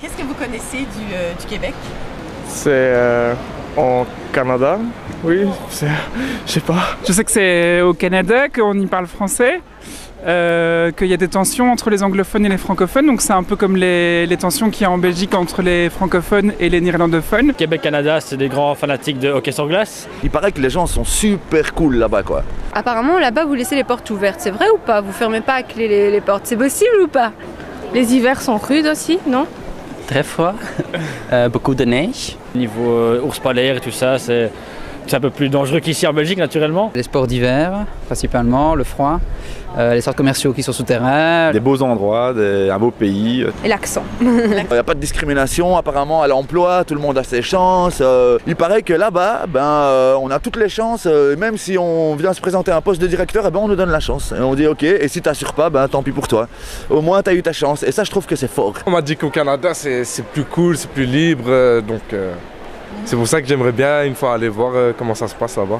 Qu'est-ce que vous connaissez du, euh, du Québec C'est euh, en Canada, oui, c'est, je sais pas. Je sais que c'est au Canada qu'on y parle français, euh, qu'il y a des tensions entre les anglophones et les francophones, donc c'est un peu comme les, les tensions qu'il y a en Belgique entre les francophones et les néerlandophones. Québec-Canada, c'est des grands fanatiques de hockey sur glace. Il paraît que les gens sont super cool là-bas, quoi. Apparemment, là-bas, vous laissez les portes ouvertes. C'est vrai ou pas Vous fermez pas à clé les, les portes. C'est possible ou pas Les hivers sont rudes aussi, non Très froid, euh, beaucoup de neige. Niveau euh, ours polaire et tout ça, c'est c'est un peu plus dangereux qu'ici en Belgique, naturellement. Les sports d'hiver, principalement, le froid, euh, les centres commerciaux qui sont souterrains. Des beaux endroits, des- un beau pays. Et l'accent. Il n'y a pas de discrimination apparemment à l'emploi, tout le monde a ses chances. euh, il paraît que là-bas, ben, euh, on a toutes les chances, euh, et même si on vient se présenter à un poste de directeur, eh ben, on nous donne la chance. Et on dit ok, et si t'assures pas, ben, tant pis pour toi. Au moins t'as eu ta chance, et ça je trouve que c'est fort. On m'a dit qu'au Canada c'est, c'est plus cool, c'est plus libre, euh, donc euh, c'est pour ça que j'aimerais bien une fois aller voir euh, comment ça se passe là-bas.